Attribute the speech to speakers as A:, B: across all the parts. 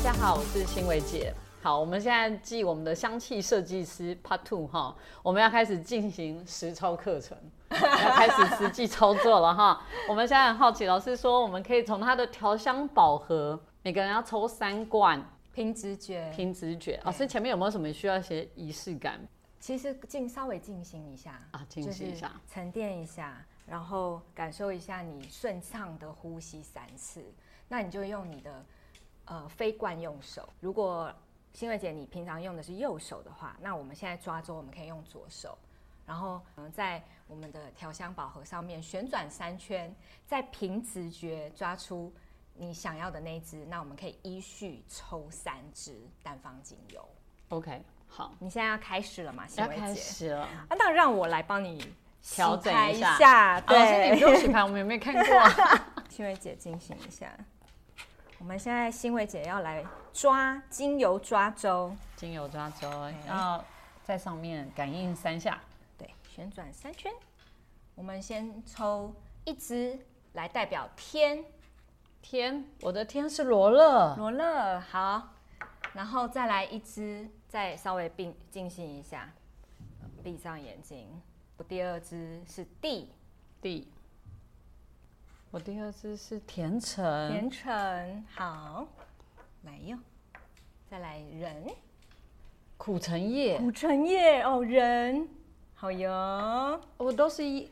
A: 家好，我是新维姐。好，我们现在继我们的香气设计师 Part Two 哈，我们要开始进行实操课 程，要开始实际操作了哈。我们现在很好奇，老师说我们可以从它的调香宝盒，每个人要抽三罐，
B: 凭直觉，
A: 凭直觉。老师前面有没有什么需要一些仪式感
B: 其实静稍微静心一下
A: 啊静心一下，
B: 就是沉淀一下，然后感受一下你顺畅的呼吸三次。那你就用你的呃非惯用手。如果欣慰姐你平常用的是右手的话，那我们现在抓周我们可以用左手。然后，嗯，在我们的调香宝盒上面旋转三圈，再凭直觉抓出你想要的那一支。那我们可以依序抽三支单方精油。
A: ？OK，好，
B: 你现在要开始了吗？欣
A: 要
B: 慰
A: 开
B: 姐。
A: 始了。
B: 啊，那让我来帮你
A: 调整
B: 洗牌
A: 一
B: 一哦
A: 下啊老师，你不
B: 对，
A: 用洗牌，我们有没有看过啊？
B: 欣慰姐进行一下。我们现在欣慰姐要来抓精油抓周，
A: 精油抓周，要在上面感应三下。
B: 对，旋转三圈。我们先抽一支来代表天
A: 天，我的天是罗勒，
B: 罗勒，好，然后再来一支，再稍微并进行一下，闭上眼睛。我第二支是地
A: 地。我第二支是甜橙，
B: 甜橙，好，来哟，再来人。
A: 苦橙叶，
B: 古城叶哦，人好哟，
A: 我哦都是一，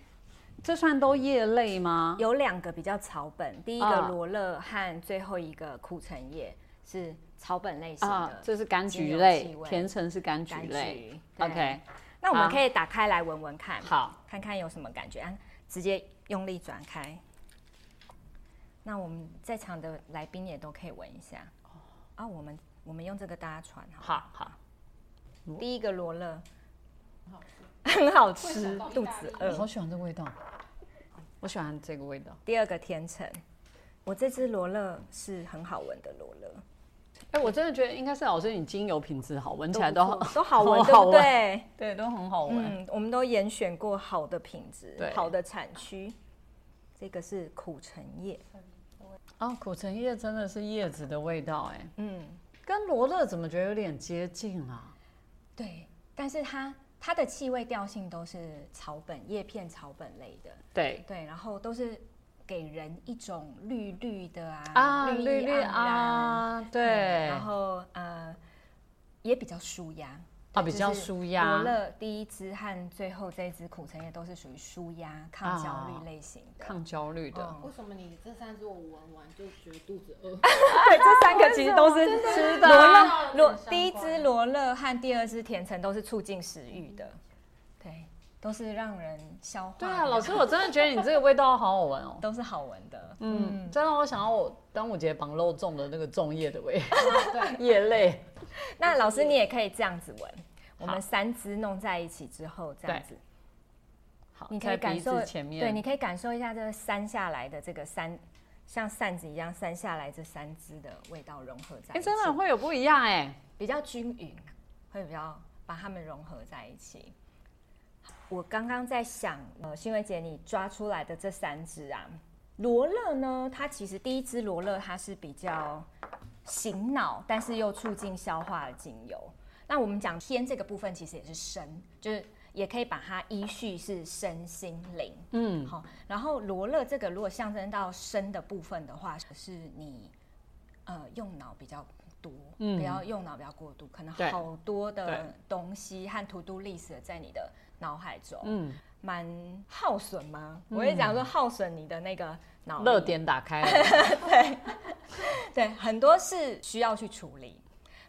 A: 这算都叶类吗？
B: 有两个比较草本，第一
A: 啊
B: 个罗勒和最后一个苦橙叶是草本类型
A: 啊，
B: 的。
A: 这是柑
B: 精
A: 橘
B: 油
A: 类
B: 气，味
A: 甜橙是柑橘
B: 柑
A: 类
B: 橘。对
A: OK，
B: 那我
A: 好
B: 们可以打开来闻闻看，
A: 好，
B: 看看有什么感觉，啊直接用力转开。那我们在场的来宾也都可以闻一下。啊，我们我们用这个搭船好了。
A: 好，好，
B: 第一个罗勒，很好吃，
C: 为什么
B: 肚子
A: 我
B: 饿。
A: 哎好喜欢这个味道，我喜欢这个味道。
B: 第二个甜橙，我这支罗勒是很好闻的罗勒，
A: 哎，我真的觉得应该是老师你精油品质好，闻起来
B: 不
A: 都
B: 错
A: 好，
B: 都好
A: 好
B: 闻，对
A: 闻
B: 不对？
A: 对，都很好闻。
B: 嗯，我们都严选过好的品质
A: 对，
B: 好的产区。这个是苦橙叶，
A: 啊，苦橙叶真的是叶子的味道、哎，
B: 嗯，
A: 跟罗勒怎么觉得有点接近啊？
B: 对，但是它它的气味调性都是草本叶片草本类的，
A: 对
B: 对，然后都是给人一种绿绿的啊，
A: 啊，
B: 意
A: 绿绿
B: 盎然，
A: 啊，对，
B: 嗯然后呃也比较舒压，
A: 啊
B: 对
A: 比
B: 就
A: 较
B: 是
A: 舒压
B: 罗勒第一支和最后这一支苦橙叶都是属于舒压、抗焦虑类型的。
A: 哦抗哦焦虑的。
B: 嗯
C: 为什么你这三支我闻完就觉得肚子饿？
A: 啊
B: 对，这三个其实都是吃
A: 的
B: 罗
C: 哎
B: 勒，罗
C: 真的
B: 第一支罗勒和第二支甜橙都是促进食欲的，对，都是让人消化 的。
A: 对啊，老师，我真的觉得你这个味道好好闻哦。
B: 都是好闻的。
A: 嗯，真的，我想要我端午节绑肉粽的那个粽叶的
B: 啊
A: 味，对， 叶类。
B: 那老师你也可以这样子闻，我们三支弄在一起之后这样
A: 对
B: 子。
A: 好，
B: 你可
A: 在
B: 以感
A: 鼻
B: 受
A: 子前面，
B: 对，你可以感受一下这个扇下来的这个扇，像扇子一样扇下来这三支的味道融合在
A: 哎、
B: 一起，
A: 真的会有不一样哎、
B: 比较均匀，会比较把它们融合在一起。我刚刚在想，呃，欣薇姐你抓出来的这三支啊，罗勒呢，它其实第一支罗勒它是比较醒脑，但是又促进消化的精油。那我们讲天这个部分其实也是身，就是也可以把它依序是身心灵。
A: 嗯，
B: 好，然后罗勒这个如果象征到身的部分的话，是你呃用脑比较多，
A: 嗯
B: 不要用脑比较过度，可能
A: 对
B: 好多
A: 对
B: 的东西和 to do list 在你的脑海中，
A: 嗯，
B: 蛮耗损吗？我也讲说耗损你的那个脑
A: 热
B: 力，
A: 点打开 了，
B: 对，很多是需要去处理。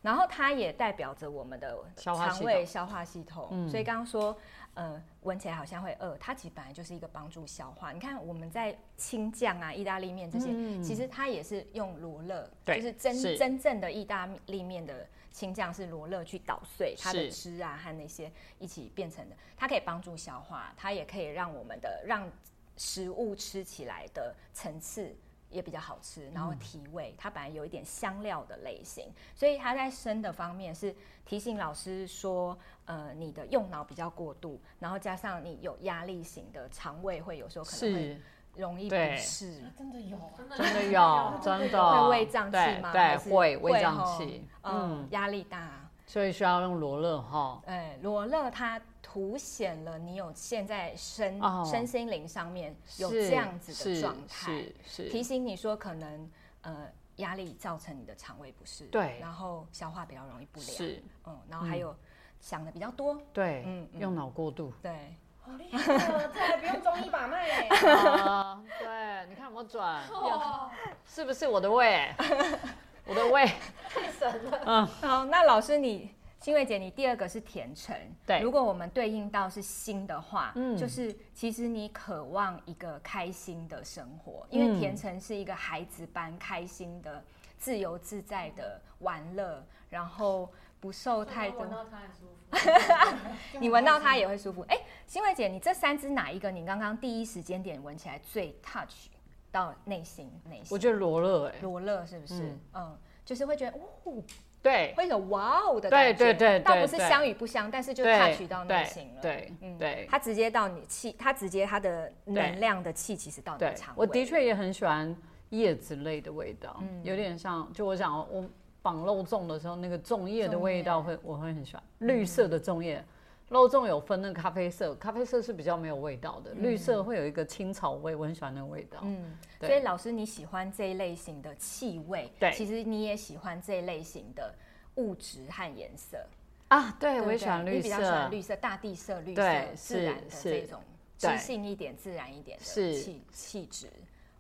B: 然后它也代表着我们的
A: 消化系
B: 肠
A: 统
B: 胃消化系统，
A: 嗯
B: 所以刚刚说，呃，闻起来好像会饿，它其实本来就是一个帮助消化。你看我们在青酱啊、意大利面这些，
A: 嗯
B: 其实它也是用罗勒，
A: 对
B: 就是真
A: 是
B: 真正的意大利面的青酱是罗勒去捣碎它的
A: 是
B: 汁啊和那些一起变成的，它可以帮助消化，它也可以让我们的让食物吃起来的层次。也比较好吃，然后提味，它本来有一点香料的类型，所以它在生的方面是提醒老师说，呃，你的用脑比较过度，然后加上你有压力型的肠胃会有时候可能会
A: 是
B: 容易不
A: 对
B: 适，
C: 真的有啊，
A: 真的 有，真的
B: 会胃胀气
A: 对
B: 吗？还
A: 对，
B: 是
A: 会胃胀
B: 吼
A: 气，
B: 嗯
A: 嗯，，
B: 压力大。
A: 所以需要用罗勒哈。
B: 哎，罗勒它凸显了你有现在身、
A: 哦
B: 身心灵上面有
A: 是
B: 这样子的
A: 是
B: 状态，
A: 是
B: 提
A: 是，
B: 醒你说可能呃压力造成你的肠胃不适，
A: 对
B: 然后消化比较容易不良，
A: 是，
B: 嗯，然后还有想的比较多，
A: 对
B: 嗯，嗯
A: 用脑过 度。
B: 对，
C: 好厉害哦，这还不用中医把脉耶，
A: 啊，对，你看有没有转？
C: 哇，
A: 是不是我的 胃？我的胃，
C: 太神了，
B: 好，哦那老师你。欣慰姐，你第二个是甜橙，
A: 对
B: 如果我们对应到是心的话，
A: 嗯
B: 就是其实你渴望一个开心的生活，因为
A: 嗯
B: 甜橙是一个孩子般开心的、自由自在的玩乐，然后不受太多
C: 闻。到它很 舒服，
B: 你闻到它也会舒服。哎、欣慰姐，你这三支哪一个你刚刚第一时间点闻起来最 touch 到内心？内
A: 我
B: 心
A: 觉得罗勒哎，
B: 罗勒是不是？嗯
A: 嗯
B: 就是会觉得，哦，
A: 对
B: 会有哇哦
A: 对
B: 的感觉，
A: 对对对
B: 倒不是
A: 对
B: 香与不香，但是就
A: 对
B: touch 到内
A: 对
B: 心了。
A: 对
B: 嗯
A: 对
B: 它直接到你气，它直接它的能
A: 对
B: 量的气其实到你的
A: 对
B: 肠，胃。
A: 我的确也很喜欢叶子类的味道，有点像就我想我绑肉粽的时候，那个粽叶嗯的味道会我会很喜欢，绿色的粽叶。肉粽有分那个咖啡色，咖啡色是比较没有味道的，绿色会有一个青草味，我很喜欢那个味道。
B: 嗯，
A: 对
B: 所以老师你喜欢这一类型的气味，
A: 对
B: 其实你也喜欢这一类型的物质和颜色。
A: 啊，对，
B: 对
A: 我也
B: 不
A: 喜
B: 对
A: 欢
B: 你
A: 绿
B: 比较喜欢
A: 色，
B: 绿色、大地色、绿色
A: 对、
B: 自然的
A: 是
B: 这
A: 是
B: 种
A: 对
B: 知性一点、自然一点的
A: 是
B: 气气质。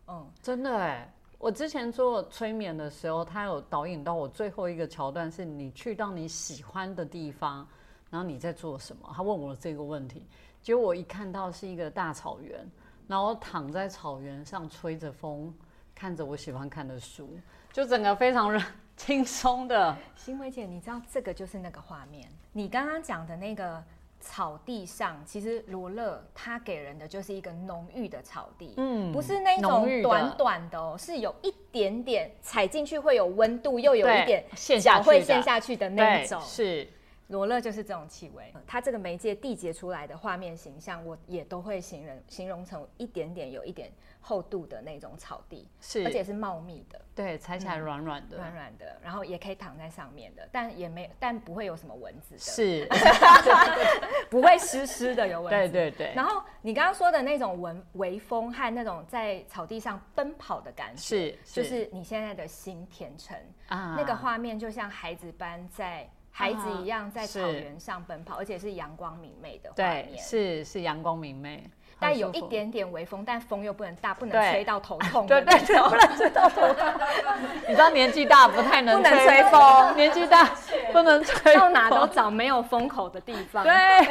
B: 嗯，
A: 真的哎、我之前做催眠的时候，他有导引到我最后一个桥段，是你去到你喜欢的地方，然后你在做什么？他问我这个问题，结果我一看到是一个大草原，然后躺在草原上吹着风，看着我喜欢看的书，就整个非常 轻松的。
B: 欣薇姐，你知道这个就是那个画面，你刚刚讲的那个。草地上，其实罗勒它给人的就是一个浓郁的草地，
A: 嗯
B: 不是那种
A: 浓郁的
B: 短短的哦，是有一点点踩进去会有温度，又有一
A: 对
B: 点
A: 陷下
B: 脚会
A: 去的
B: 陷下去的那
A: 对
B: 一种，，
A: 是
B: 罗勒就是这种气味，它这个媒介缔结出来的画面形象，我也都会形容形容成一点点有一点厚度的那种草地，
A: 是，
B: 而且是茂密的、
A: 对，踩起来软软的，
B: 软软的，然后也可以躺在上面的，但也没但不会有什么蚊子的，
A: 是，
B: 不会湿湿的有蚊
A: 对
B: 子。
A: 对 对，
B: 然后你刚刚说的那种闻微风和那种在草地上奔跑的感觉，
A: 是
B: 就是你现在的心甜橙，
A: 啊
B: 那个画面就像孩子般在孩子一样在
A: 啊
B: 草
A: 是
B: 原上奔跑，而且是阳光明媚的画
A: 啊对
B: 面。
A: 是是阳光明媚，
B: 但
A: 很
B: 有
A: 舒
B: 一
A: 服
B: 点点微风，但风又不能大，不能
A: 对
B: 吹到头 痛
A: 对
B: 的那
A: 对对，
B: 种。
A: 不能吹到头发。你知道年纪大不太能
B: 不能吹风，
A: 年纪大不能 吹风，
B: 到哪都找没有风口的地方。
A: 对，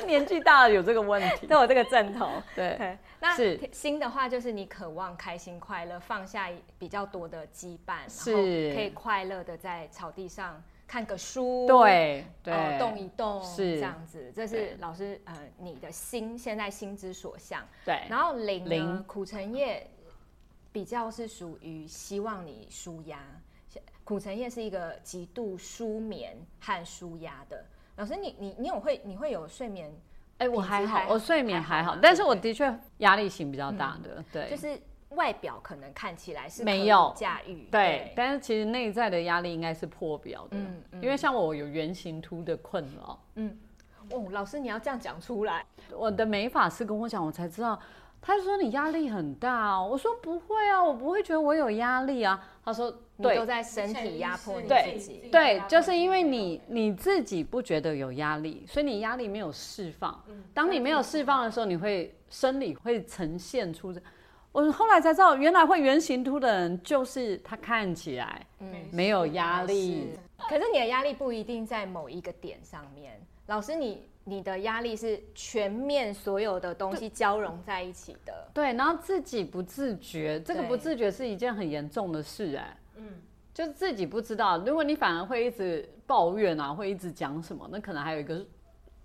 A: 是年纪大了有这个问题。
B: 都有这个阵头。
A: 对，
B: 对，那
A: 是
B: 新的话就是你渴望开心快乐，放下比较多的羁绊，然后
A: 是
B: 可以快乐的在草地上看个书，
A: 对
B: 哦
A: 对，
B: 动一动，
A: 是
B: 这样子。这是
A: 对
B: 老师呃你的心现在心之所向。
A: 对
B: 然后零呢
A: 零，
B: 苦橙叶比较是属于希望你舒压，苦橙叶是一个极度舒眠和舒压的。老师，你你你有会你会有睡眠？
A: 哎，我
B: 品质
A: 还好
B: 还，
A: 我睡眠还
B: 还
A: 好
B: 好，嗯
A: 但是我的确压力型比较大的，
B: 就
A: 对
B: 是外表可能看起来是
A: 没
B: 可以
A: 有
B: 驾驭，
A: 对，但是其实内在的压力应该是破表的
B: 嗯，嗯
A: 因为像我有圆形秃的困扰，
B: 哦，老师你要这样讲出来，
A: 我的美发师跟我讲，我才知道。他说你压力很大哦，我说不会啊，我不会觉得我有压力啊。他说
B: 你
A: 对
B: 都，在身体压迫你
A: 对
B: 自己，
A: 对，就是因为你你自己不觉得有压力，所以你压力没有释放。嗯当你没有释放的时候，你会生理会呈现出这。我后来才知道，原来会圆形秃的人，就是他看起来
B: 嗯
A: 没有压力
B: 是。可是你的压力不一定在某一个点上面，老师你你的压力是全面所有的东西交融在一起的，
A: 对，然后自己不自觉，这个
B: 对
A: 不自觉是一件很严重的事哎、
C: 嗯，
A: 就是自己不知道。如果你反而会一直抱怨啊，会一直讲什么，那可能还有一个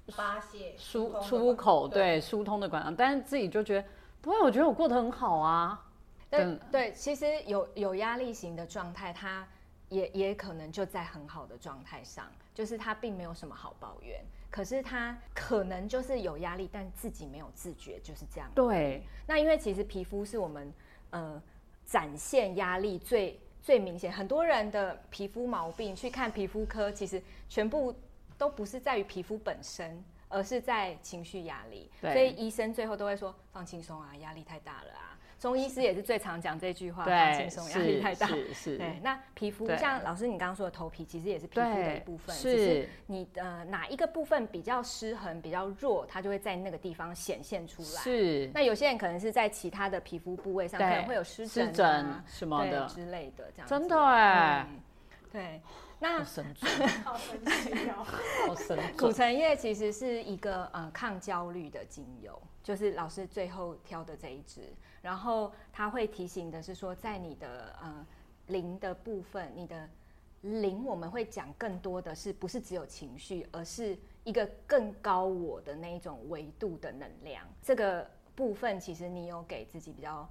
C: 发泄
A: 出出口，对疏通的管道，但是自己就觉得不会，我觉得我过得很好啊。
B: 对
A: 嗯
B: 对，其实有有压力型的状态，它也也可能就在很好的状态上，就是它并没有什么好抱怨，可是他可能就是有压力，但自己没有自觉，就是这样。
A: 对，
B: 那因为其实皮肤是我们呃展现压力最最明显，很多人的皮肤毛病去看皮肤科，其实全部都不是在于皮肤本身，而是在情绪压力。
A: 对
B: 所以医生最后都会说放轻松啊，压力太大了啊。中医师也是最常讲这句话，放
A: 对，
B: 轻松，压力太大。
A: 是是，
B: 对，那皮肤
A: 对
B: 像老师你刚刚说的头皮，其实也是皮肤的一
A: 对
B: 部分，只是
A: 是
B: 你呃哪一个部分比较失衡、比较弱，它就会在那个地方显现出来。
A: 是
B: 那有些人可能是在其他的皮肤部位上，可
A: 对
B: 能会有湿疹、啊、
A: 湿疹什么
B: 对
A: 的，
B: 之类的，这样子
A: 真的哎，
B: 嗯对，
A: 好
B: 那
A: 神准，
C: 好神奇 哦！
A: 好神
B: 苦
A: 准，
B: 橙叶其实是一个呃抗焦虑的精油，就是老师最后挑的这一支。然后它会提醒的是说，在你的呃灵的部分，你的灵我们会讲更多的是不是只有情绪，而是一个更高我的那一种维度的能量。这个部分其实你有给自己比较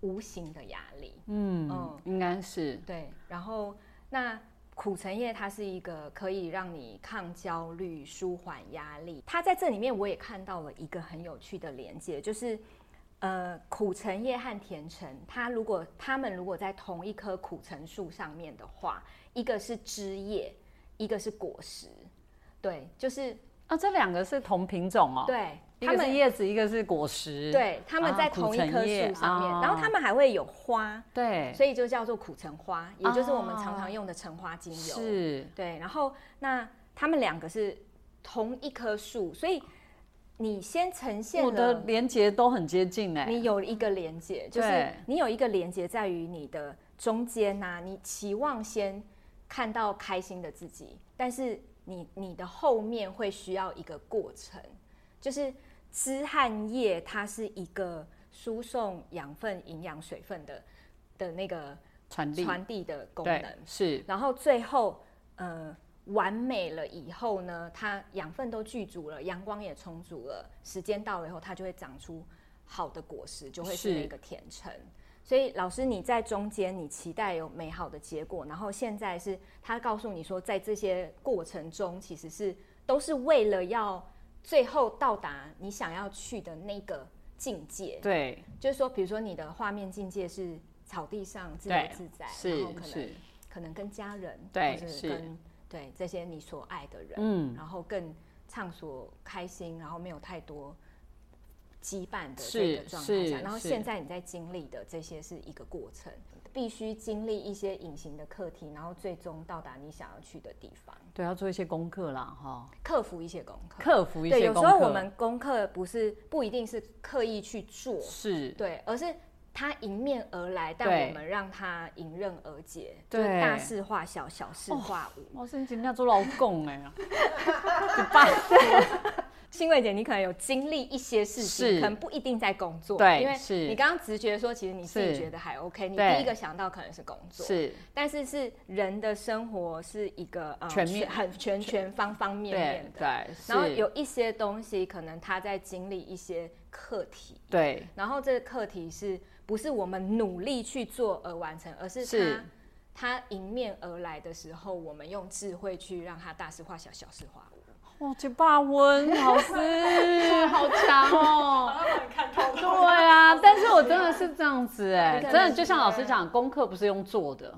B: 无形的压力，
A: 嗯
B: 嗯，
A: 应该是
B: 对，然后那苦橙叶它是一个可以让你抗焦虑、舒缓压力。它在这里面我也看到了一个很有趣的连接，就是呃苦橙叶和甜橙，它如果它们如果在同一棵苦橙树上面的话，一个是枝叶，一个是果实。对，就是
A: 啊，这两个是同品种哦，
B: 对，
A: 一
B: 它
A: 个是
B: 们
A: 叶子，一个是果实，
B: 对，它们
A: 啊
B: 在
A: 苦
B: 同一
A: 橙
B: 棵
A: 叶
B: 树上面，
A: 啊
B: 然后它们还会有花，
A: 对，
B: 所以就叫做苦橙花，也就是我们常
A: 哦
B: 常用的橙花精油。
A: 是
B: 对，然后那他们两个是同一棵树，所以你先呈现
A: 我的
B: 了
A: 连结都很接近哎，
B: 你有一个连接，就是
A: 对
B: 你有一个连接在于你的中间呐、你期望先看到开心的自己，但是你你的后面会需要一个过程，就是枝和叶它是一个输送养分、营养、水分的的那个
A: 传递
B: 传递的功
A: 对
B: 能。
A: 是
B: 然后最后呃完美了以后呢，它养分都具足了，阳光也充足了，时间到了以后，它就会长出好的果实，就会是
A: 是
B: 那个甜橙。所以老师，你在中间，你期待有美好的结果，然后现在是他告诉你说，在这些过程中，其实是都是为了要最后到达你想要去的那个境界，
A: 对
B: 就是说，比如说你的画面境界是草地上自由
A: 对
B: 自在，然
A: 是
B: 后可能
A: 是
B: 可能跟家人，
A: 对
B: 或者
A: 是
B: 跟对这些你所爱的人，
A: 嗯
B: 然后更畅所开心，然后没有太多羁绊的
A: 是
B: 这个状态下，
A: 是
B: 然后
A: 是
B: 现在你在经历的这些是一个过程，必须经历一些隐形的课题，然后最终到达你想要去的地方，
A: 对要做一些功课啦哈，
B: 克服一些功课。
A: 克服一
B: 对，
A: 些
B: 有时
A: 功课。
B: 候我们功课不是不一定是刻意去做，
A: 是
B: 对，而是它迎面而来，
A: 对
B: 但我们让它迎刃而解，
A: 对哦
B: 就是大事化小，小事化无。
A: 我是今天做老公哎， 一半
B: 欣慰姐，你可能有经历一些事情，
A: 是
B: 可能不一定在工作，
A: 对
B: 因为
A: 是
B: 你刚刚直觉说，其实你自己
A: 是
B: 觉得还 OK，你
A: 对
B: 第一个想到可能是工作，，
A: 是
B: 但是是人的生活是一个、呃、
A: 全面
B: 很全全方方面
A: 对
B: 面的，
A: 对，是
B: 然后有一些东西可能他在经历一些课题，
A: 对
B: 然后这个课题是不是我们努力去做而完成，而是
A: 是
B: 它它迎面而来的时候，我们用智慧去让它大事化小，小事化无。
A: 哇，这霸温老师好强哦。
C: 把我看透
A: 对啊，但是我真的是这样子哎、
B: 你可能
A: 真的就像老师讲，功课不是用做的，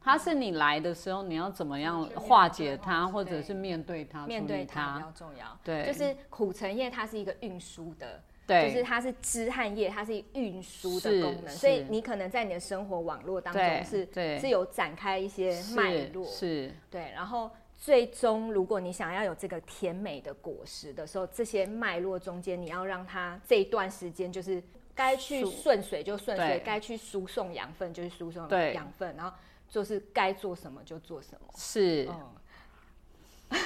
A: 它是你来的时候你要怎么样化解它，或者是面对它、
B: 面
A: 啊处
B: 对
A: 理
B: 它比
A: 它。
B: 较重要。
A: 对
B: 就是苦橙叶，它是一个运输的，就是
A: 对，
B: 它是枝和叶，它是运输的
A: 是
B: 功能，
A: 是
B: 所以你可能在你的生活网络当中
A: 对
B: 是
A: 对
B: 是有展开一些
A: 是
B: 脉络，
A: 是
B: 对，然后最终如果你想要有这个甜美的果实的时候，这些脉络中间你要让它这一段时间就是该去
A: 输
B: 顺水就顺水
A: 对，
B: 该去输送养分就是输送
A: 对
B: 养分，然后就是该做什么就做什么。
A: 是，
B: 嗯，
C: 哎，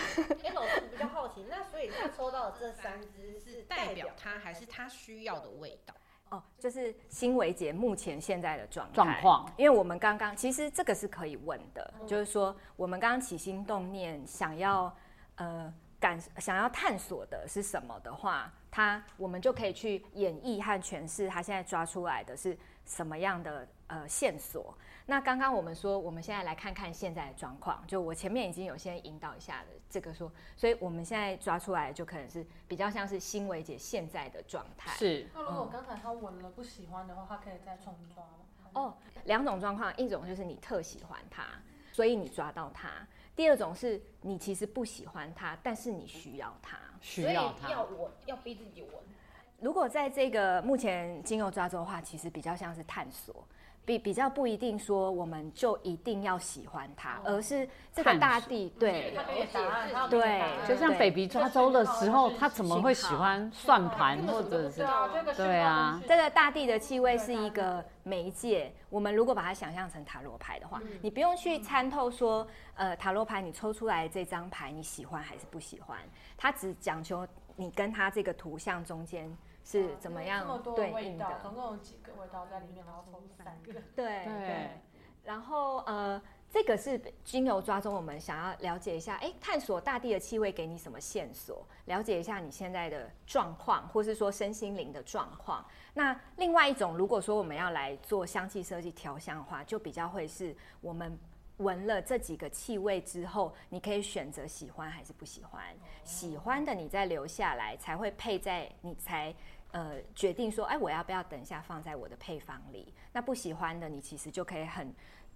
C: 老师比较好奇，那所以他抽到的这三只是代表他，还是他需要的味道？
B: 哦，就是新维姐目前现在的状态
A: 状况，
B: 因为我们刚刚其实这个是可以问的，就是说我们刚刚起心动念想要呃感想要探索的是什么的话，它我们就可以去演绎和诠释它现在抓出来的是什么样的呃线索。那刚刚我们说，我们现在来看看现在的状况，就我前面已经有先引导一下的这个说，所以我们现在抓出来的就可能是比较像是新维姐现在的状态。
A: 是
D: 那如果刚才他闻了不喜欢的话，他可以再重抓吗？
B: 哦，两种状况，一种就是你特喜欢它，所以你抓到它；第二种是你其实不喜欢它，但是你需要它。
A: 需要
C: 所以要
A: 它，
C: 闻，要逼自己闻。
B: 如果在这个目前精油抓周的话，其实比较像是探索，比比较不一定说我们就一定要喜欢它，而是这个大地对
D: 他给你答案，他有给你答
B: 对
D: 案
A: 就像
B: 对
A: baby 抓周的时候，
D: 这是
A: 他怎么会喜欢算盘
D: 这个
A: 或
D: 什么都
A: 者
D: 不知
A: 是？
D: 道这个
A: 对啊
D: 是
B: 这个大地的气味是一个媒介，我们如果把它想象成塔罗牌的话，
D: 嗯
B: 你不用去参透说，呃，塔罗牌你抽出来这张牌你喜欢还是不喜欢，它只讲求你跟它这个图像中间是怎么
D: 嗯这么
B: 样
D: 多
B: 对
D: 味
B: 应
D: 道，
B: 的
D: 总，共有几个味道在里面，然后抽三个。
B: 对
A: 对。
B: 然后呃，这个是精油抓中，我们想要了解一下，哎，探索大地的气味给你什么线索？了解一下你现在的状况，或是说身心灵的状况。那另外一种，如果说我们要来做香气设计调香的话，就比较会是我们。闻了这几个气味之后，你可以选择喜欢还是不喜欢。
C: 哦
B: 喜欢的你再留下来，才会配在你才呃决定说，哎，我要不要等一下放在我的配方里？那不喜欢的你其实就可以很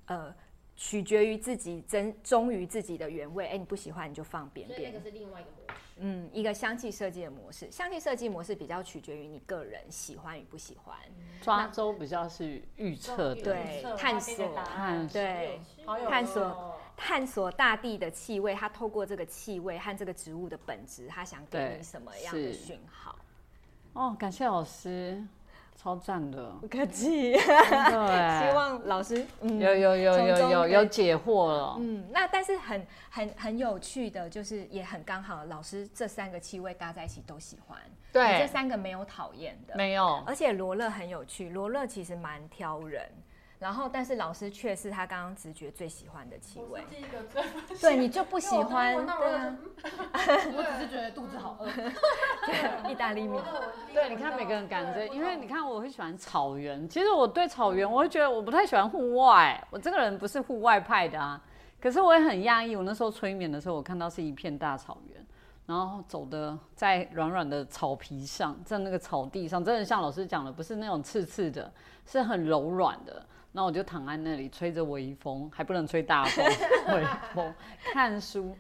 B: 呃，取决于自己真忠于自己的原味。哎、你不喜欢你就放边
C: 所以那个。
B: 边
C: 是另外一个模式。
B: 嗯，一个香气设计的模式，香气设计模式比较取决于你个人喜欢与不喜欢。
A: 抓周比较是预测的，
B: 对
D: 测
B: 探
D: 他给你答
A: 探
D: 案，
A: 索
B: 对，
D: 好有
B: 探
D: 趣
B: 索
D: 哦
B: 探索大地的气味，它透过这个气味和这个植物的本质，它想给
A: 对
B: 你什么样的
A: 是
B: 讯号？
A: 哦，感谢老师，超赞的，
B: 不客气，
A: 真的哎
B: 希望老师嗯
A: 有有有
B: 从
A: 有
B: 中
A: 有
B: 可以
A: 有解惑了，
B: 嗯，那但是很很很有趣的，就是也很刚好，老师这三个气味搭在一起都喜欢，
A: 对
B: 你这三个没有讨厌的，
A: 没有，
B: 而且罗勒很有趣，罗勒其实蛮挑人，然后但是老师却是他刚刚直觉最喜欢的气
D: 我
B: 味
D: 是，第一个最不
B: 对你就不喜
D: 因为
B: 欢，
D: 我刚刚闻
B: 对
D: 到罗勒
B: 啊，
D: 我只是觉得肚子好饿。
B: 对意大利米，
D: 嗯
A: 对，你看每个人感觉，因为你看我会喜欢草原，其实我对草原，我会觉得我不太喜欢户外，我这个人不是户外派的啊。可是我也很讶异，我那时候催眠的时候，我看到是一片大草原，然后走的在软软的草皮上，在那个草地上，真的像老师讲的，不是那种刺刺的，是很柔软的。那我就躺在那里，吹着微风，还不能吹大风，微风看书，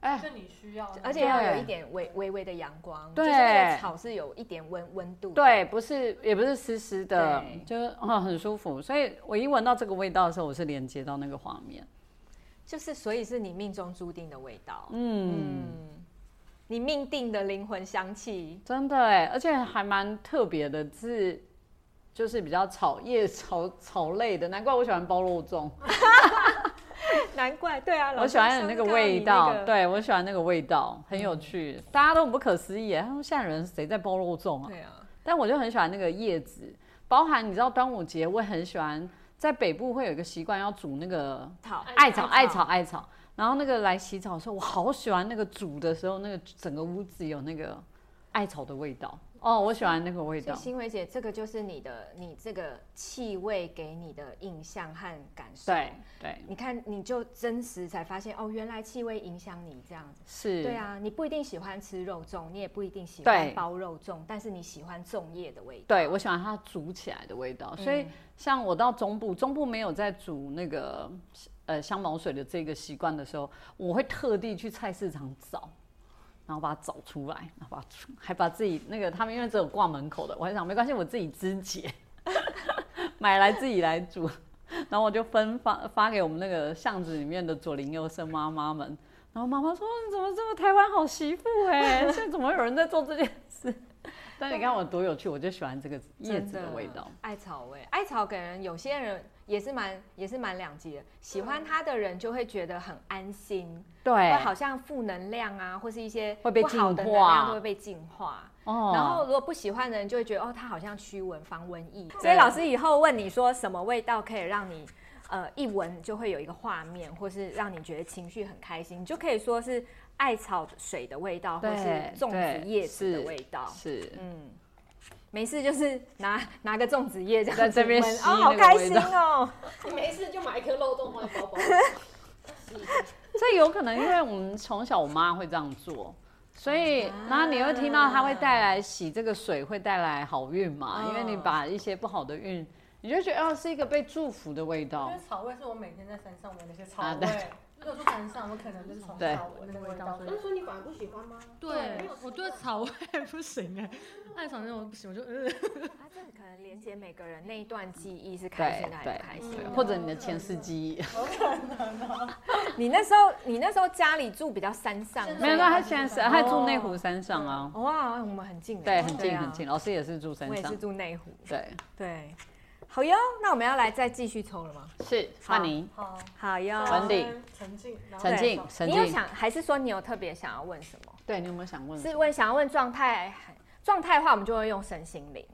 A: 哎，
D: 是你需要的，
B: 而且要有一点微微微的阳光，
A: 对
B: 就是那个草是有一点温温度，
A: 对，，不是也不是湿湿的
B: 对，
A: 就是啊、很舒服。所以我一闻到这个味道的时候，我是连接到那个画面。
B: 就是所以是你命中注定的味道，
A: 嗯，
B: 嗯，你命定的灵魂香气，
A: 真的哎，而且还蛮特别的，是就是比较草叶草草类的，难怪我喜欢包肉粽，
B: 难怪，对啊，
A: 我喜欢的那个嗯味道，
B: 对。啊
A: 对我喜欢那个味道，很有趣，大家都很不可思议耶。欸他说现在人谁在包肉粽啊？
B: 对啊，
A: 但我就很喜欢那个叶子，包含你知道端午节，我也很喜欢。在北部会有一个习惯，要煮那个
B: 好，
A: 艾草，艾草，艾草。然后那个来洗澡的时候，我好喜欢那个煮的时候，那个整个屋子有那个艾草的味道。哦，我喜欢那个味
B: 所
A: 道
B: 以。欣薇姐，这个就是你的，你这个气味给你的印象和感受。
A: 对，对，
B: 你看，你就真实才发现，哦，原来气味影响你这样子。
A: 是。
B: 对啊，你不一定喜欢吃肉粽，你也不一定喜
A: 对
B: 欢包肉粽，但是你喜欢粽叶的味道。
A: 对，我喜欢它煮起来的味道。
B: 嗯
A: 所以像我到中部，中部没有在煮那个呃香茅水的这个习惯的时候，我会特地去菜市场找。然后把它找出来，然后把它出还把自己那个他们因为只有挂门口的，我还想没关系，我自己肢解，买来自己来煮， 然后我就分发发给我们那个巷子里面的左邻右舍妈妈们，然后妈妈说你怎么这么台湾好媳妇 哎、现在怎么会有人在做这件事？ 但你看我多有趣，我就喜欢这个叶子的味道，，
B: 艾草味，艾草给人有些人也是蛮也是蛮两极的，喜欢它的人就会觉得很安心，
A: 对
B: 会，好像负能量啊，或是一些
A: 会被
B: 不好的
A: 净
B: 能
A: 化
B: 量都会被净化。
A: 哦
B: 然后如果不喜欢的人就会觉得哦，它好像驱蚊防蚊疫。所以老师以后问你说什么味道可以让你呃一闻就会有一个画面，或是让你觉得情绪很开心，你就可以说是艾草水的味道，或是
A: 对
B: 粽子
A: 对
B: 叶子的
A: 是
B: 味道。
A: 是，
B: 嗯，没事，就是拿拿个粽子叶这样
A: 在
B: 子
A: 这边
B: 闻
A: 吸
B: 哦，好
A: 那个
B: 开
A: 味
B: 心
A: 道
B: 哦。
C: 你没事就买一颗漏洞放在包包里。
A: 这有可能因为我们从小我妈会这样做。所以，
B: 啊
A: 然后你会听到它会带来喜这个水会带来好运嘛？
B: 嗯
A: 因为你把一些不好的运，你就觉得哦是一个被祝福的味道
D: 因为。草味是我每天在山上闻的一些草
A: 啊对
D: 味。如果说山上，我可能就是从
A: 对
D: 草闻的味道。所以
C: 那所以你反而不喜欢吗？没
E: 对
C: 有，
E: 我对草味不行哎、艾草那种不行，我就呃，
B: 他这可能连接每个人那一段记忆是开心的还是
A: 对
B: 不开心
A: 对
B: 的？
A: 或者你的前世记忆，
B: 你那时候你那时候家里住比较山上，
D: 现在
A: 没有，那他现在是
D: 哦
A: 他住内湖山上啊，
B: 哇，我们很近
A: 对，
B: 哎，
A: 很近
B: 啊
A: 很近。老师也是住山
B: 我也
A: 上
B: 是，住内湖，
A: 对，
B: 对，好哟，那我们要来再继续抽了吗？
A: 是
B: 好
A: 换你
D: 好，
B: 好哟，
A: 文鼎
D: 沉浸，然后
A: 陈静，陈
B: 你有
A: 静，
B: 想还是说你有特别想要问什么？
A: 对你有没有想问？
B: 是问想要问状态，状态的话我们就会用身心灵，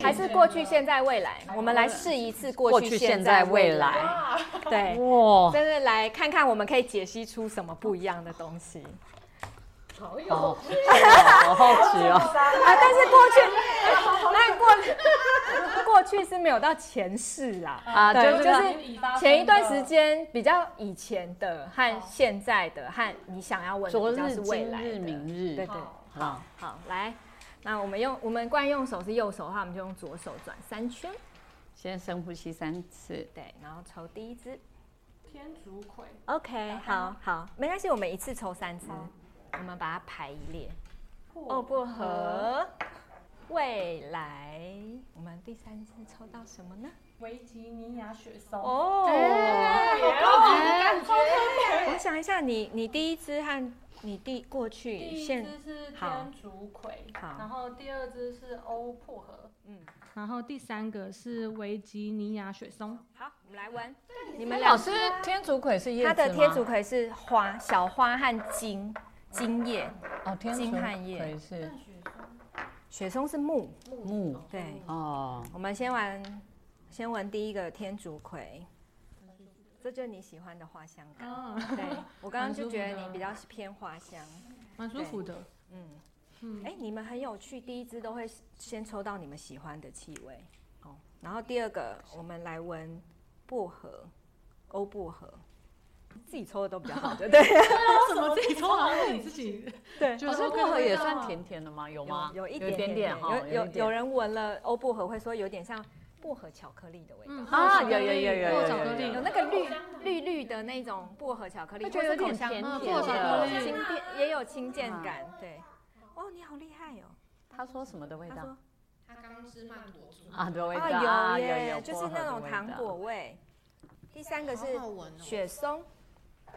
B: 还是过去、现在、未来？我们来试一次过
A: 过
B: 去、
A: 去
B: 现
A: 现在
B: 在、未
A: 未
B: 来，
A: 来，
B: 对，
A: 哇，
B: 真的来看看我们可以解析出什么不一样的东西
C: 好有
A: 哦，好好奇哦，
B: 啊！但是过去， 那过过去是没有到前世啦，
A: 啊，
B: 对
A: 就是
B: 就是
D: 已发生的
B: 前一段时，间比较以前的和现在的和你想要问的
A: 昨
B: 比较
A: 日、
B: 是未
A: 今
B: 来
A: 日、明
B: 的，
A: 日，
B: 对对，
A: 好，
B: 好，来，那我们用我们惯用手是右手的话，我们就用左手转三圈，
A: 先深呼吸三次，
B: 对，然后抽第一支
D: 天竺葵，
B: ，OK，好好，没关系，我们一次抽三支，我们把它排一列。哦，薄荷，未来，我们第三次抽到什么呢？
D: 维吉尼亚雪松，
B: 哦，
A: 哎
B: 我想一下，你你第一支和你第过
D: 第
B: 去
D: 一
B: 现
D: 支是
B: 好
D: 天竺葵，
B: 好
D: 然后第二支是欧薄荷，
B: 嗯
D: 嗯，然后第三个是维吉尼亚雪松，
B: 好，我们来闻，你们
A: 老
B: 两
A: 师，天竺葵是叶子吗
B: 它的天竺葵是花小花和茎茎叶，
A: 哦，天竺
B: 金汉叶
A: 葵是
B: 雪松是木，
A: 木
B: 对，
A: 哦，
B: 我们先玩，先闻第一个天竺葵，这就是你喜欢的花香感。
A: 哦
D: 嗯，
B: 对我刚刚就觉得
E: 蛮舒服的
B: 你比较偏花香，
E: 蛮舒服的。
B: 嗯。
E: 嗯，
B: 哎、你们很有趣，第一支都会先抽到你们喜欢的气味哦。然后第二个，我们来闻薄荷，欧薄荷，自己抽的都比较好，对不对？
E: 为什么自己抽好像是你自己？
B: 对
E: 觉
A: 可
E: 得
A: 是
E: OK
A: 哦薄荷也
E: 味道
A: 算甜甜的吗？有吗？
B: 有一
A: 有
B: 点
A: 点点哈，
B: 有有
A: 一点
B: 有人闻了欧薄荷会说有点像薄荷巧克力的味道，
E: 嗯
A: 啊
E: 薄荷巧克
A: 有
E: 力
A: 有有有有
E: 薄荷巧克力
A: 有
B: 有那个绿绿绿的那种薄荷巧克力，
A: 会觉得嗯有点
B: 或是口香
A: 甜嗯
B: 糖
E: 甜的
B: 的
E: 嗯
B: 轻便也有清健感，对。哦，你好厉害哦！
A: 他说什么的味
B: 他
A: 道？
B: 说
C: 他刚刚吃曼陀珠，
A: 啊的味道，
B: 啊
A: 啊
B: 有耶，
A: 有
B: 就是那种糖果。味。第三个是
C: 好好闻哦
B: 雪松，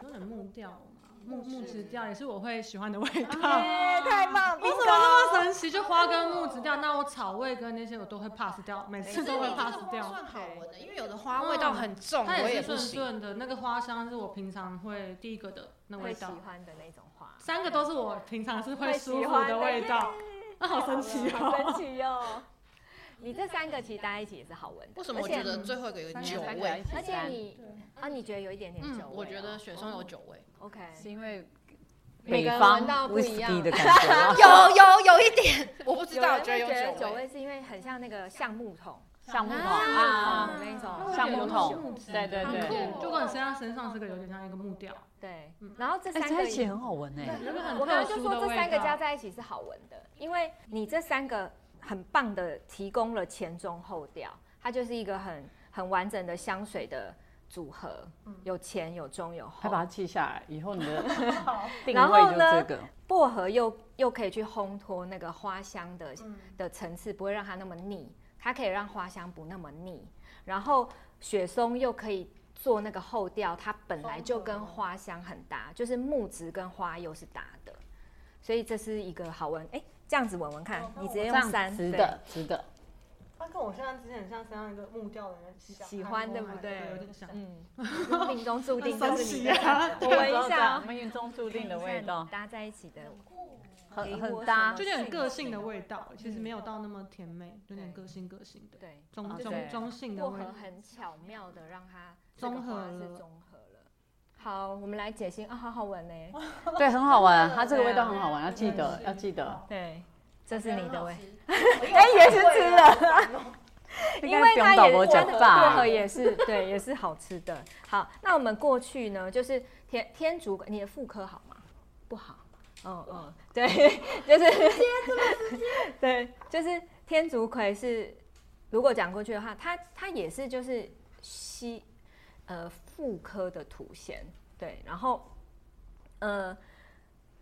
E: 有点木调嘛，木木质调也是我会喜欢的味道。
B: 耶，太棒！
E: 我怎么那么神奇？就花跟木质调，那我草味跟那些我都会 pass 掉，每次
C: 可是
E: 都会
C: 你这
E: pass
C: 个花
E: 掉。嗯
C: 算好闻的，因为有的花味道很重，
E: 它
C: 我
E: 也
C: 也
E: 是
C: 不
E: 顺
C: 行。
E: 顺的，那个花香是我平常会第一个的那
B: 会
E: 味
B: 喜
E: 道。
B: 欢的那种花，
E: 三个都是我平常是会舒服的味道，那好神奇
B: 好
E: 哦！
B: 神奇哟！你这三个其实大家一起也是好闻的，
C: 为什么我
B: 而且
C: 觉得最后一个有酒味？
B: 而且你啊，你觉得有一点点酒味
C: 嗯
B: 哦？，
C: 我觉得雪松有酒味，
B: OK。
A: 是因为
B: 每
A: 北
B: 个人
A: 方
B: 闻到不一样
A: whisky 的感觉吗，
C: 有有有一点， 我不知
B: 有
C: 道，
B: 人
C: 我
B: 会
C: 觉得
B: 觉
C: 有
B: 得
C: 酒
B: 酒
C: 味。
B: 味是因为很像那个橡木桶
A: 橡木桶
B: 啊
A: 啊，
B: 那种，
A: 橡木
E: 木
A: 桶，
E: 质
A: 对对
E: 很
A: 对。
C: 嗯
E: 酷，就跟你身上身上这个有点像一个木调，
B: 对
E: 嗯。
B: 然后这
A: 哎，
B: 三
A: 在
B: 个
A: 一起很好闻哎，
E: 有一个很
B: 我刚刚
E: 特
B: 就
E: 殊
B: 说
E: 的
B: 这
E: 味道。
B: 三个加在一起是好闻的，因为你这三个很棒的提供了前中后调，它就是一个很很完整的香水的组合，
E: 嗯
B: 有前有中有
A: 快把
B: 后
A: 它。记下来，以后你的 定
B: 然后
A: 位就
B: 呢
A: 这个。
B: 薄荷又又可以去烘托那个花香的
D: 嗯，
B: 的层次，不会让它那么腻，它可以让花香不那么腻。然后雪松又可以做那个后调，它本来就跟花香很搭，就是木质跟花又是搭的，所以这是一个好闻。哎，这样子闻闻看，
E: 哦
B: 你直接
A: 这
B: 用
A: 样
B: 三，
A: 值
B: 对
A: 得，值得。
D: 它跟我现在之前很像身上一个木调的人喜
B: 喜欢对不对
E: 有点像。
B: 嗯，命中注定就
E: 很
B: 是
E: 神
B: 你
E: 奇
B: 的。
E: 啊！
B: 我闻一下哦，
A: 命中注定的
B: 看
A: 味道，
B: 搭在一起
C: 嗯
B: 的，
A: 很
B: 给我
A: 很搭
B: 什
E: 就
B: 么
E: 有点个性的味道，其实
B: 嗯
E: 没有到那么甜美，有点个性个性的
B: 对，
E: 中
A: 啊
E: 中
A: 对
E: 中性的
B: 薄
E: 味
B: 荷
E: 道。
B: 很巧妙的让它这个
E: 综合
B: 花是
E: 了
B: 综合了。好，我们来解心啊，好好闻呢、
A: 对，很好玩，呃它这个味道
B: 对啊
A: 很好玩，要记得，要记得。
C: 啊
B: 对，这是你的味，
C: 哎
B: 哎也是吃
C: 了。
B: 因为它
A: 应该不用导
B: 也
A: 播
B: 是它
A: 讲
B: 的
A: 吧
B: 薄荷也是对，也是好吃的。好，那我们过去呢，就是天天竺，你的妇科好吗？不好，嗯嗯，对，就是 对，就是天竺葵是，如果讲过去的话，它它也是就是西呃妇科的图线，对，然后呃，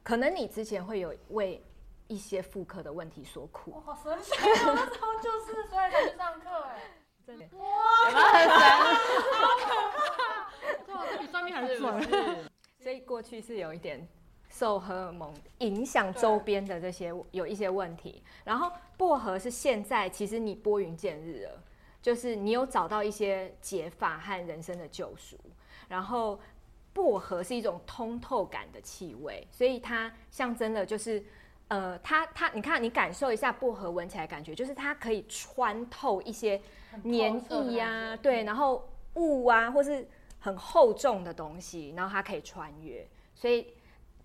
B: 可能你之前会有为一些妇科的问题所苦
D: 我，好神奇哦，我那时候就是所以才去上课哎。
B: 真的。
E: 对啊，这比算命还准。
B: 所以过去是有一点受荷尔蒙影响周边的这些有一些问题。然后薄荷是现在其实你拨云见日了，就是你有找到一些解法和人生的救赎。然后薄荷是一种通透感的气味，所以它象征了就是。呃，它它，你看，你感受一下薄荷闻起来感觉，就是它可以穿透一些黏液呀、对，然后雾啊，或是很厚重的东西，然后它可以穿越，所以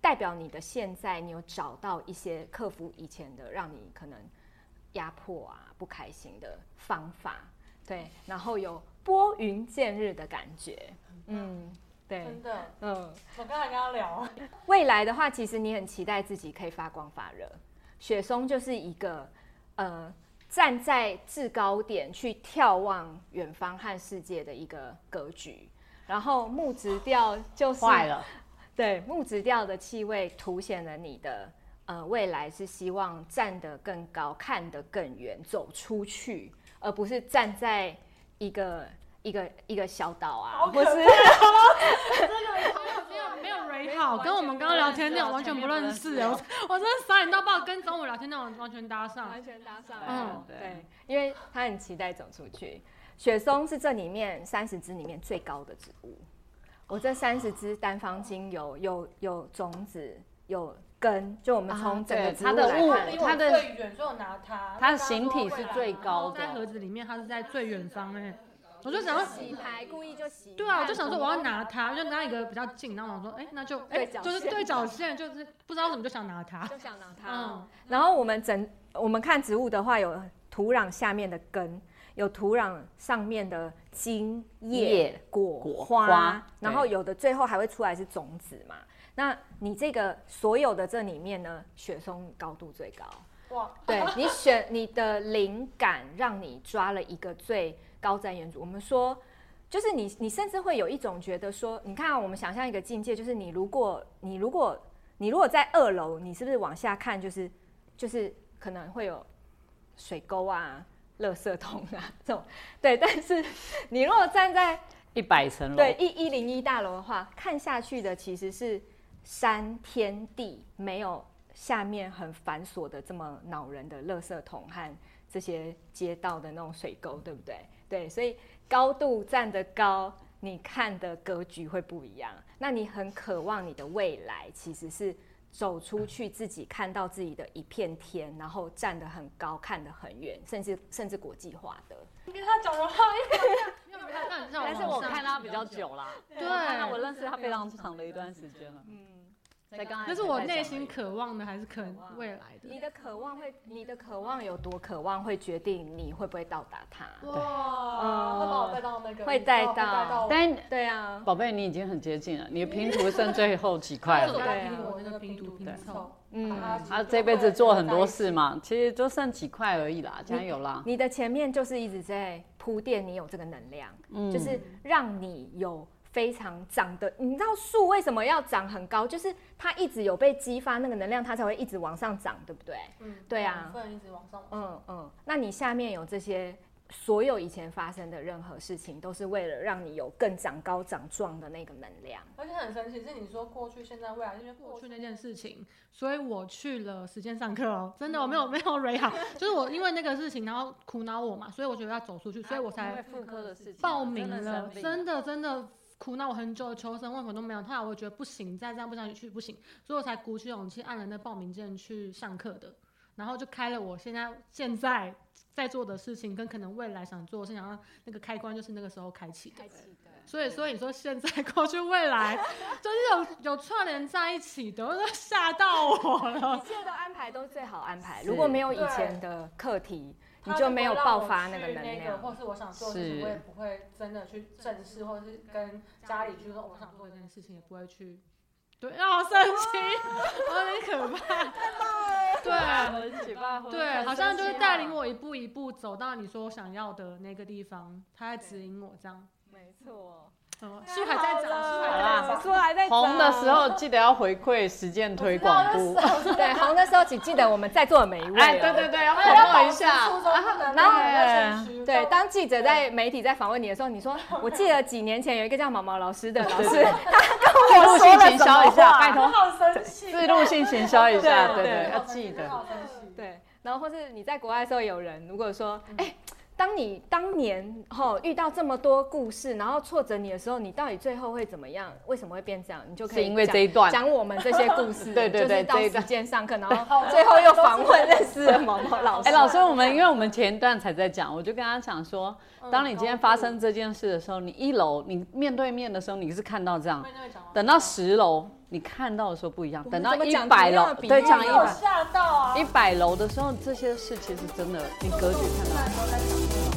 B: 代表你的现在，你有找到一些克服以前的让你可能压迫啊、不开心的方法，对，然后有拨云见日的感觉，嗯，对，
D: 真的，
B: 嗯。
D: 我刚才跟他聊，
B: 未来的话，其实你很期待自己可以发光发热。雪松就是一个呃，站在制高点去眺望远方和世界的一个格局。然后木质调就是
A: 坏了，
B: 对木质调的气味凸显了你的呃未来是希望站得更高、看得更远、走出去，而不是站在一个一个一个小岛啊，或是
E: 没有没有 r 好，跟我们刚刚聊天那种完全不认识哎，我我真的傻眼到爆，跟中午聊天那种完全搭上。
B: 完全搭上
A: 对
B: 嗯，
A: 对
B: 对，因为他很期待走出去。雪松是这里面三十支里面最高的植物。我这三十支单方精油有有种子有根，就我们从
A: 啊
B: 整个
A: 对
B: 植物
A: 它的
B: 来
A: 物
D: 他
B: 看
D: 离
A: 它
D: 我
A: 的
D: 最远，所以我拿它。
A: 它的形体是最
E: 然
A: 高
E: 后
A: 的
E: 在盒子里面，它是在最远方哎，我就想要
B: 洗牌故意就洗。
E: 对啊，我就想说我要拿它，就拿一个比较近，然后我想说，哎、那就哎、
B: 对角
E: 就是
B: 线
E: 对角线，就是不知道怎么就想拿它。
B: 就想拿它。
E: 嗯，
B: 然后我们整我们看植物的话，有土壤下面的根，有土壤上面的茎、叶
A: 叶、
B: 果、
A: 果
B: 花，
A: 花
B: 然后
A: 对
B: 有的最后还会出来是种子嘛。那你这个所有的这里面呢，雪松高度最高，
D: 哇，
B: 对你选 你的灵感，让你抓了一个最高瞻远瞩。我们说，就是你，你甚至会有一种觉得说，你看啊、我们想象一个境界，就是你如果你如果你如果在二楼，你是不是往下看，就是就是可能会有水沟啊、垃圾桶啊这种，对。但是你如果站在
A: 一百层楼，
B: 对，一一零一大楼的话，看下去的其实是山天地，没有下面很繁琐的这么恼人的垃圾桶和这些街道的那种水沟，对不对？对，所以高度站得高，你看的格局会不一样。那你很渴望你的未来其实是走出去，自己看到自己的一片天，然后站得很高，看得很远，甚至甚至国际化的。
D: 跟他讲的话，
A: 但
E: 但
A: 是我看它比较，久啦，
E: 对，
A: 那我认识它非常长的一段时间了。
B: 嗯，
A: 在刚才
E: 那是我
A: 才
E: 内
A: 讲而
E: 心
A: 已
E: 渴望的，还是可能未来的？
B: 你的渴望会，你的渴望有多渴望，会决定你会不会到达它。
D: 哇，会把我带到那个，
B: 会带到
D: 带到我
A: 但
B: 对啊，
A: 宝贝，你已经很接近了，你的拼图剩最后几块
E: 对
A: 了。
E: 啊
D: 拼图
E: 我那个拼图拼凑，
B: 嗯，
A: 他这辈子做很多事嘛，其实就嗯剩几块而已啦，加油啦！
B: 你的前面就是一直在铺垫，你有这个能量，
A: 嗯
B: 就是让你有非常长的。你知道树为什么要长很高？就是它一直有被激发那个能量，它才会一直往上涨，对不对？
D: 嗯
B: 对啊
D: 养分一直往上。
B: 嗯嗯，那你下面有这些所有以前发生的任何事情，都是为了让你有更长高、长壮的那个能量。
D: 而且很神奇，是你说过去、现在、未来，因为过
E: 过去
D: 去
E: 那件事情，所以我去了时间上课哦，真的我没
A: 嗯
E: 有没有 r 好， 就是我因为那个事情，然后苦恼我嘛，所以我觉得要走出去，所以我才
A: 妇科的事情
E: 报名了，真的真的苦恼我很久，求神问佛都没有。后来我觉得不行，再这样不下去不行，所以我才鼓起勇气按了那报名键去上课的，然后就开了我现在现在在做的事情，跟可能未来想做的事情，然后那个开关就是那个时候开启的。所以，所以你说现在、 过去、未来，就是有有串联在一起的，我都吓到 我
B: 一
E: 了。
B: 切的安排都最好安排。
A: 是
B: 如果没有以前的课题，你就没有爆发那
D: 那
B: 个能
D: 个
B: 量。
D: 或是我想做的事
A: 是
D: 情，我也不会真的去正视，或者是跟家里去说我想做
E: 做
D: 这
E: 这
D: 件
E: 件
D: 事。
E: 事情也不会去，对，让我生气，我有点可 怕。
B: 欸
E: 对。
A: 们一起吧。
E: 对，好像就是
B: 啊
E: 带领我一步一步走到你说想要的那个地方，他在指引我这样。
B: 没错，
E: 嗯，树还在长，
A: 好
E: 树还在
A: 啦
E: 长。
B: 说还在长
A: 红的时，候记得要回馈实践推广部。
B: 对红的时候，请记得我们在座的每一位、哦。
A: 哎，对对对，要捧
D: 要保
A: 我一
D: 持
A: 下。
D: 初衷不能
B: 然后
D: 让人家心虚
B: 对，当记者在媒体在访问你的时候，你说我记得几年前有一个叫毛毛老师的老师，
A: 自录性行销一下，
B: 话
A: 拜
D: 我
A: 托，
D: 好生气，
A: 自录性行销一下，对对，
B: 对对
A: 要记
D: 我
A: 得。
D: 好生 气。
B: 对，然后或是你在国外的时候，有人如果说，
A: 嗯
B: 哎、当你当年吼、遇到这么多故事，然后挫折你的时候，你到底最后会怎么样？为什么会变这样？你就可
A: 是
B: 以
A: 因为
B: 讲
A: 这一段
B: 讲我们这些故 事，
A: 对对对
B: 就是到
A: 这一
B: 时
A: 段
B: 间上课，然 后最后又访问认识了毛毛老师。
A: 哎，
B: 啊
A: 老师，我们因为我们前一段才在讲，我就跟他讲说，
B: 嗯
A: 当你今天发生这件事的时候，你一楼你面对面的时候你是看到这样，等到十楼你看到的时候不一样，
B: 嗯我
A: 等
B: 们
A: 到
B: 怎么
A: 一
B: 讲
A: 百
B: 同样
A: 楼，
B: 的比
A: 对，
B: 喻
A: 讲
B: 啊
A: 一
D: 我
A: 百
D: 吓到啊！
A: 一百楼的时候，这些事其实真的你格局看到。
D: 到。